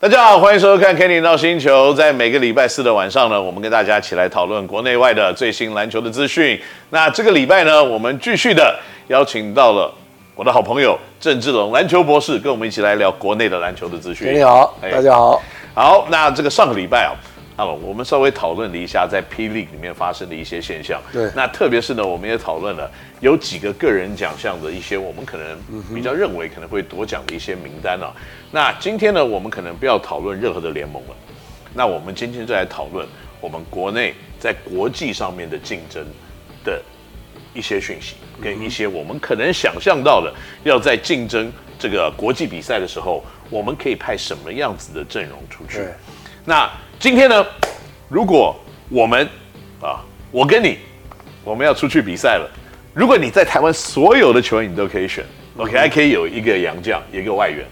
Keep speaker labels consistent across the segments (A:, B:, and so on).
A: 大家好，欢迎收看《Kenny 闹星球》。在每个礼拜四的晚上呢，我们跟大家一起来讨论国内外的最新篮球的资讯。那这个礼拜呢，我们继续的邀请到了我的好朋友郑志龙篮球博士，跟我们一起来聊国内的篮球的资讯。
B: 你好，
A: 哎
B: 大家好。
A: 好，那这个上个礼拜啊，阿龙，我们稍微讨论了一下在 P League 里面发生的一些现象。
B: 对
A: 那特别是呢，我们也讨论了有几个个人奖项的一些我们可能比较认为可能会夺奖的一些名单啊。那今天呢，我们可能不要讨论任何的联盟了，那我们今天就来讨论我们国内在国际上面的竞争的一些讯息，跟一些我们可能想象到的，要在竞争这个国际比赛的时候，我们可以派什么样子的阵容出去
B: 对。
A: 那今天呢，如果我们啊，我跟你，我们要出去比赛了，如果你在台湾所有的球员你都可以选，OK，还可以有一个洋将，一个外援。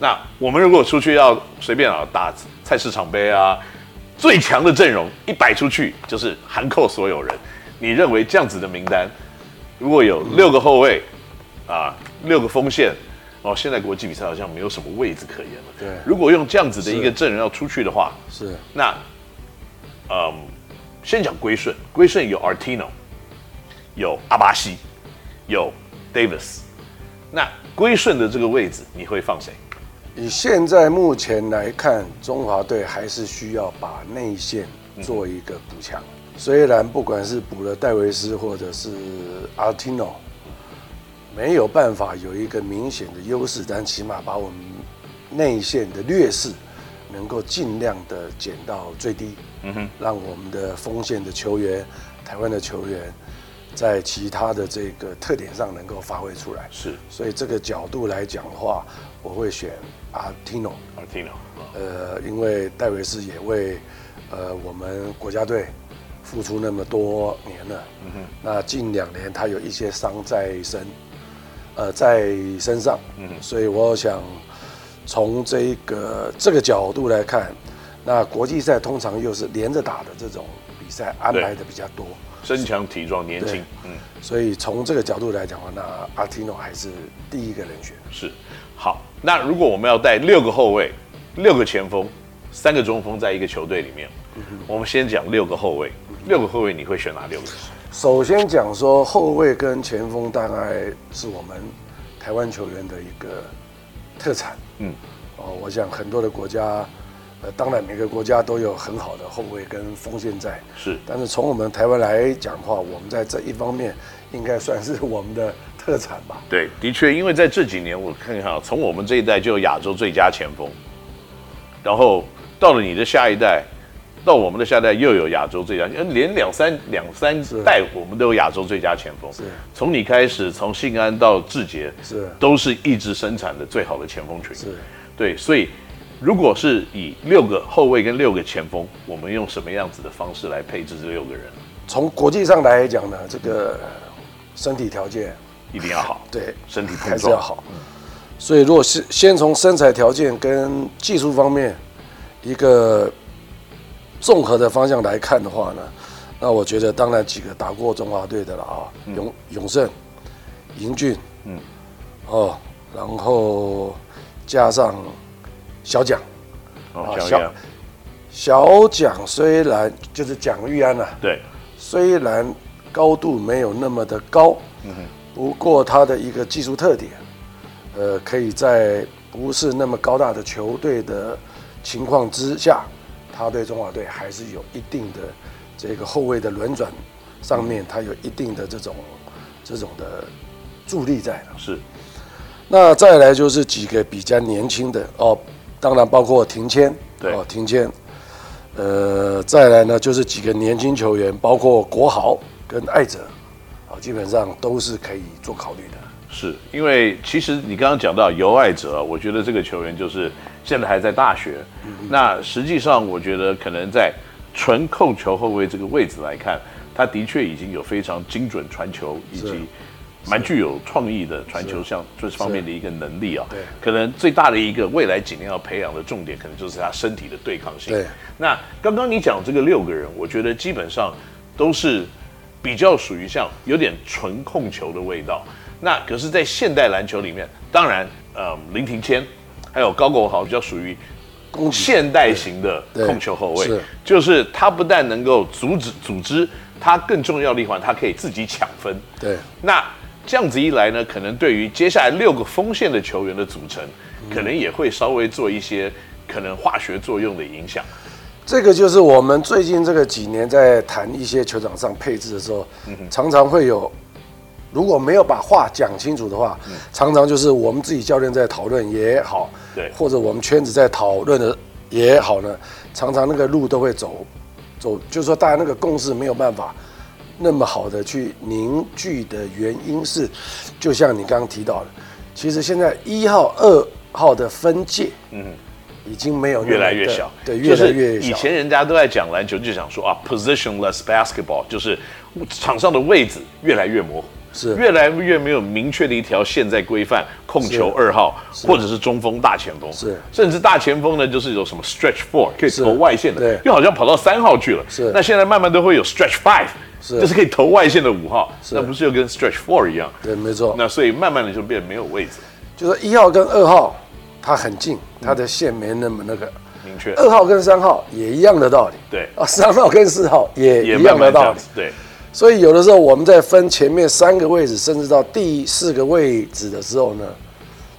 A: 那我们如果出去要随便啊打菜市场杯啊，最强的阵容一摆出去就是函扣所有人。你认为这样子的名单，如果有六个后卫，啊，六个锋线，哦，现在国际比赛好像没有什么位置可言了。
B: 对
A: 如果用这样子的一个阵容要出去的话，
B: 是
A: 那，嗯，先讲归顺，归顺有 Artino，有阿巴西，有 Davis，那归顺的这个位置你会放谁？
B: 以现在目前来看，中华队还是需要把内线做一个补强。虽然不管是补了戴维斯或者是阿提诺，没有办法有一个明显的优势，但起码把我们内线的劣势能够尽量的减到最低。嗯哼，让我们的锋线的球员、台湾的球员在其他的这个特点上能够发挥出来。
A: 是
B: 所以这个角度来讲的话，我会选阿提诺，
A: Artino 啊，
B: 呃，因为戴维斯也为呃我们国家队付出那么多年了，嗯哼，那近两年他有一些伤在身，呃，在身上，嗯哼，所以我想从这个这个角度来看，那国际赛通常又是连着打的这种比赛安排的比较多，
A: 身强体壮，年轻
B: 对，
A: 嗯。
B: 所以从这个角度来讲的话，那阿提诺还是第一个人选。
A: 是，好，那如果我们要带六个后卫、六个前锋、三个中锋在一个球队里面，我们先讲六个后卫，六个后卫你会选哪六个？
B: 首先讲说后卫跟前锋大概是我们台湾球员的一个特产。
A: 嗯，
B: 哦，我想很多的国家，呃，当然每个国家都有很好的后卫跟锋线在，
A: 是
B: 但是从我们台湾来讲的话，我们在这一方面应该算是我们的特产吧。
A: 对，的确，因为在这几年我看看啊，从我们这一代就有亚洲最佳前锋，然后到了你的下一代，到我们的下一代又有亚洲最佳，呃连两三两三代我们都有亚洲最佳前锋。
B: 是
A: 从你开始，从信安到志杰，
B: 是
A: 都是一直生产的最好的前锋群。
B: 是，
A: 对，所以如果是以六个后卫跟六个前锋，我们用什么样子的方式来配置这六个人，
B: 从国际上来讲呢，这个呃身体条件
A: 一定要好。
B: 对
A: 身体碰
B: 还是要
A: 撞。
B: 好。所以如果是先从身材条件跟技术方面一个综合的方向来看的话呢，那我觉得当然几个打过中华队的了啊，永永胜、英俊，嗯，哦，然后加上小蒋，
A: 哦
B: 好，
A: 小
B: 啊小
A: 杨，
B: 小蒋虽然就是蒋玉安啊，
A: 对，
B: 虽然高度没有那么的高，不过他的一个技术特点，呃，可以在不是那么高大的球队的情况之下，他对中华队还是有一定的这个后卫的轮转上面，他有一定的这种这种的助力在的。
A: 是
B: 那再来就是几个比较年轻的哦，当然包括庭谦，
A: 对
B: 哦，庭谦，呃，再来呢就是几个年轻球员，包括国豪跟艾哲，哦，基本上都是可以做考虑的。
A: 是，因为其实你刚刚讲到尤爱哲，我觉得这个球员就是现在还在大学。
B: 嗯
A: 那实际上，我觉得可能在纯控球后卫这个位置来看，他的确已经有非常精准传球以及蛮具有创意的传球项这方面的一个能力啊。
B: 对
A: 可能最大的一个未来几年要培养的重点，可能就是他身体的对抗性。
B: 对
A: 那刚刚你讲这个六个人，我觉得基本上都是比较属于像有点纯控球的味道。那可是，在现代篮球里面，当然，呃，林庭谦还有高国豪比较属于
B: 攻击
A: 现代型的控球后卫
B: 对是，
A: 就是他不但能够阻止组织，他更重要的一环，他可以自己抢分。
B: 对，
A: 那这样子一来呢，可能对于接下来六个锋线的球员的组成，可能也会稍微做一些可能化学作用的影响。
B: 这个就是我们最近这个几年在谈一些球场上配置的时候，
A: 嗯
B: 常常会有，如果没有把话讲清楚的话，
A: 嗯
B: 常常就是我们自己教练在讨论也好，
A: 对
B: 或者我们圈子在讨论的也好呢，常常那个路都会走走，就是说大家那个共识没有办法那么好的去凝聚的原因是，就像你刚刚提到的，其实现在一号、二号的分界，嗯。已经没有那么
A: 越来越
B: 的
A: 小，
B: 对，越来越
A: 就是以
B: 小。
A: 前人家都在讲篮球，就想说啊，positionless basketball，就是场上的位置越来越模糊，
B: 是
A: 越来越没有明确的一条线在规范控球
B: 是
A: 二号或者是中锋大前锋，
B: 是
A: 甚至大前锋呢，就是有什么 stretch four 可以
B: 是
A: 投外线的
B: 对，
A: 又好像跑到三号去了，
B: 是
A: 那现在慢慢都会有 stretch five，
B: 是
A: 就是可以投外线的五号，那不是就跟 stretch four 一样？
B: 对，没错，
A: 那所以慢慢的就变没有位置
B: 就说一号跟二号，它很近，它的线没那么那个。
A: 嗯明确，
B: 二号跟三号也一样的道理，
A: 对
B: 啊，三号跟四号也
A: 也
B: 一
A: 慢
B: 样
A: 慢这
B: 的道
A: 样
B: 理
A: 子，，对。
B: 所以有的时候我们在分前面三个位置，甚至到第四个位置的时候呢，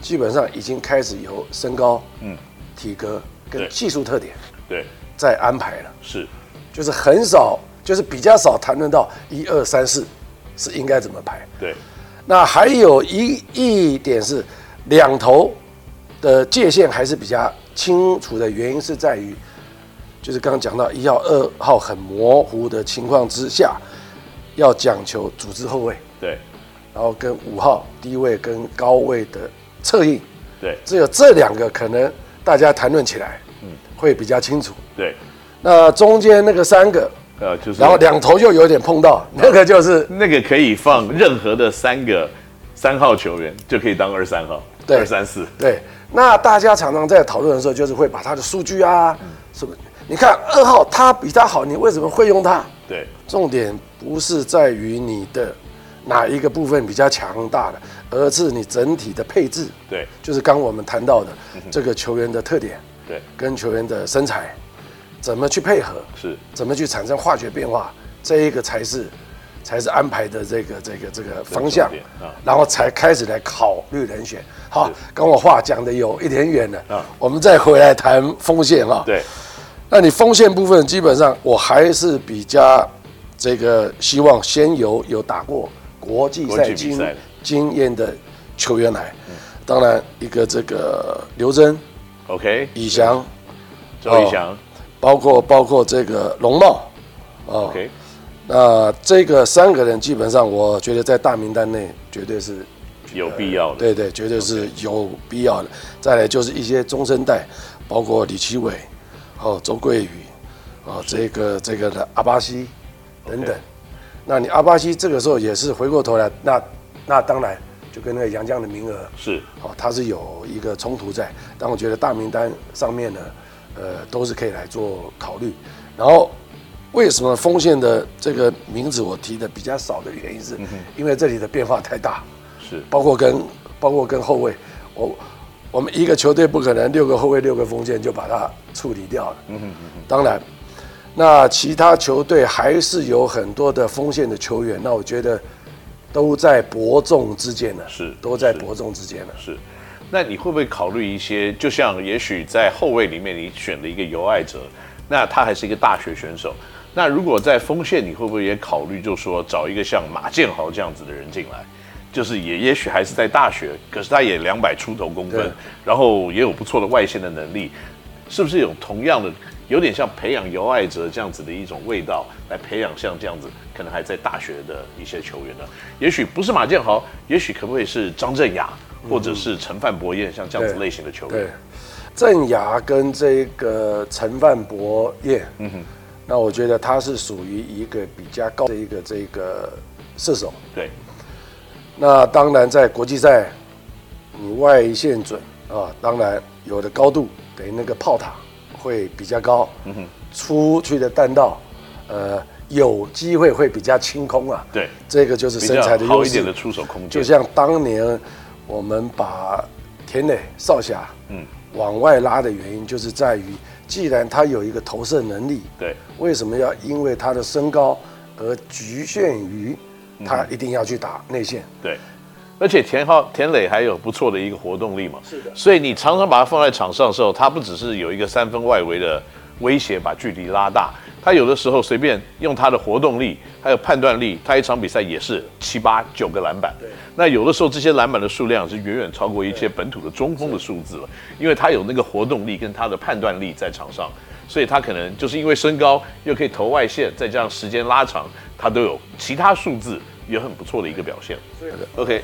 B: 基本上已经开始由身高、嗯、体格
A: 对
B: 跟技术特点
A: 对，
B: 在安排了，
A: 是
B: 就是很少，就是比较少谈论到一二三四是应该怎么排。
A: 对，
B: 那还有一一点是，两头的界限还是比较清楚的，原因是在于，就是刚刚讲到一号、二号很模糊的情况之下，要讲求组织后卫，
A: 对，
B: 然后跟五号低位跟高位的策应，
A: 对，
B: 只有这两个可能大家谈论起来，嗯，会比较清楚。
A: 对，
B: 那中间那个三个，
A: 呃，就是，
B: 然后两头又有点碰到，那个就是
A: 那个可以放任何的三个三号球员，就可以当二三号，
B: 对
A: 二三四，
B: 对，那大家常常在讨论的时候，就是会把他的数据啊，什么？你看二号他比他好，你为什么会用他？
A: 对，
B: 重点不是在于你的哪一个部分比较强大的，而是你整体的配置。
A: 对，
B: 就是刚我们谈到的这个球员的特点，
A: 对，
B: 跟球员的身材怎么去配合，
A: 是，
B: 怎么去产生化学变化，这一个才是才是安排的这个这个这个方向
A: 这个重点啊，
B: 然后才开始来考虑人选。好
A: 是，
B: 跟我话讲的有一点远
A: 啊
B: 了，我们再回来谈锋线哈。
A: 对，
B: 那你锋线部分基本上我还是比较这个希望先由有打过国际
A: 国
B: 赛
A: 际比
B: 经
A: 赛嗯的
B: 经验的球员来，当然一个这个刘真、
A: ，OK，
B: 以翔，
A: 周一翔
B: 包括包括这个龙茂。哦
A: ，OK，
B: 那这个三个人基本上，我觉得在大名单内绝对是
A: 有必要的，
B: 对对，绝对是有必要的。再来就是一些中生代，包括李奇伟、哦周桂宇、哦这个这个的阿巴西等等
A: OK。
B: 那你阿巴西这个时候也是回过头来，那那当然就跟那个杨绛的名额
A: 是，
B: 哦，它是有一个冲突在，但我觉得大名单上面呢，呃，都是可以来做考虑。然后，为什么锋线的这个名字我提的比较少的原因
A: 嗯
B: 是，因为这里的变化太大，
A: 是，
B: 包括跟包括跟后卫，我我们一个球队不可能六个后卫六个锋线就把它处理掉了。
A: 嗯
B: 当然，那其他球队还是有很多的锋线的球员，那我觉得都在伯仲之间呢，
A: 是
B: 都在
A: 是
B: 伯仲之间呢。
A: 是。那你会不会考虑一些，就像也许在后卫里面你选了一个尤爱哲，那他还是一个大学选手。那如果在锋线，你会不会也考虑，就说找一个像马建豪这样子的人进来，就是也也许还是在大学，可是他也两百出头公分
B: 对，
A: 然后也有不错的外线的能力，是不是有同样的，有点像培养尤爱哲这样子的一种味道，来培养像这样子可能还在大学的一些球员呢？也许不是马建豪，也许可不可以是张镇雅，或者是陈范博彦，像这样子
B: 嗯对
A: 类型的球员
B: 对？，郑雅跟这个陈范博彦，嗯哼，那我觉得他是属于一个比较高的一个这个射手。
A: 对，
B: 那当然在国际赛，你外线准啊，当然有的高度等于那个炮塔会比较高，嗯哼，出去的弹道，呃，有机会会比较清空啊。
A: 对
B: 这个就是
A: 比
B: 身
A: 较
B: 材的
A: 好
B: 优
A: 一
B: 势
A: 点的。出手空间，
B: 就像当年我们把田磊、少侠，嗯，往外拉的原因，就是在于既然他有一个投射能力，
A: 对，
B: 为什么要因为他的身高而局限于他一定要去打内线？
A: 对，而且田浩、田磊还有不错的一个活动力嘛。
B: 是的
A: 所以你常常把他放在场上的时候，他不只是有一个三分外围的威胁把距离拉大，他有的时候随便用他的活动力还有判断力，他一场比赛也是七八九个篮板。
B: 对
A: 那有的时候这些篮板的数量是远远超过一些本土的中锋的数字了，因为他有那个活动力跟他的判断力在场上。所以他可能就是因为身高又可以投外线，再加上时间拉长，他都有其他数字也很不错的一个表现。OK，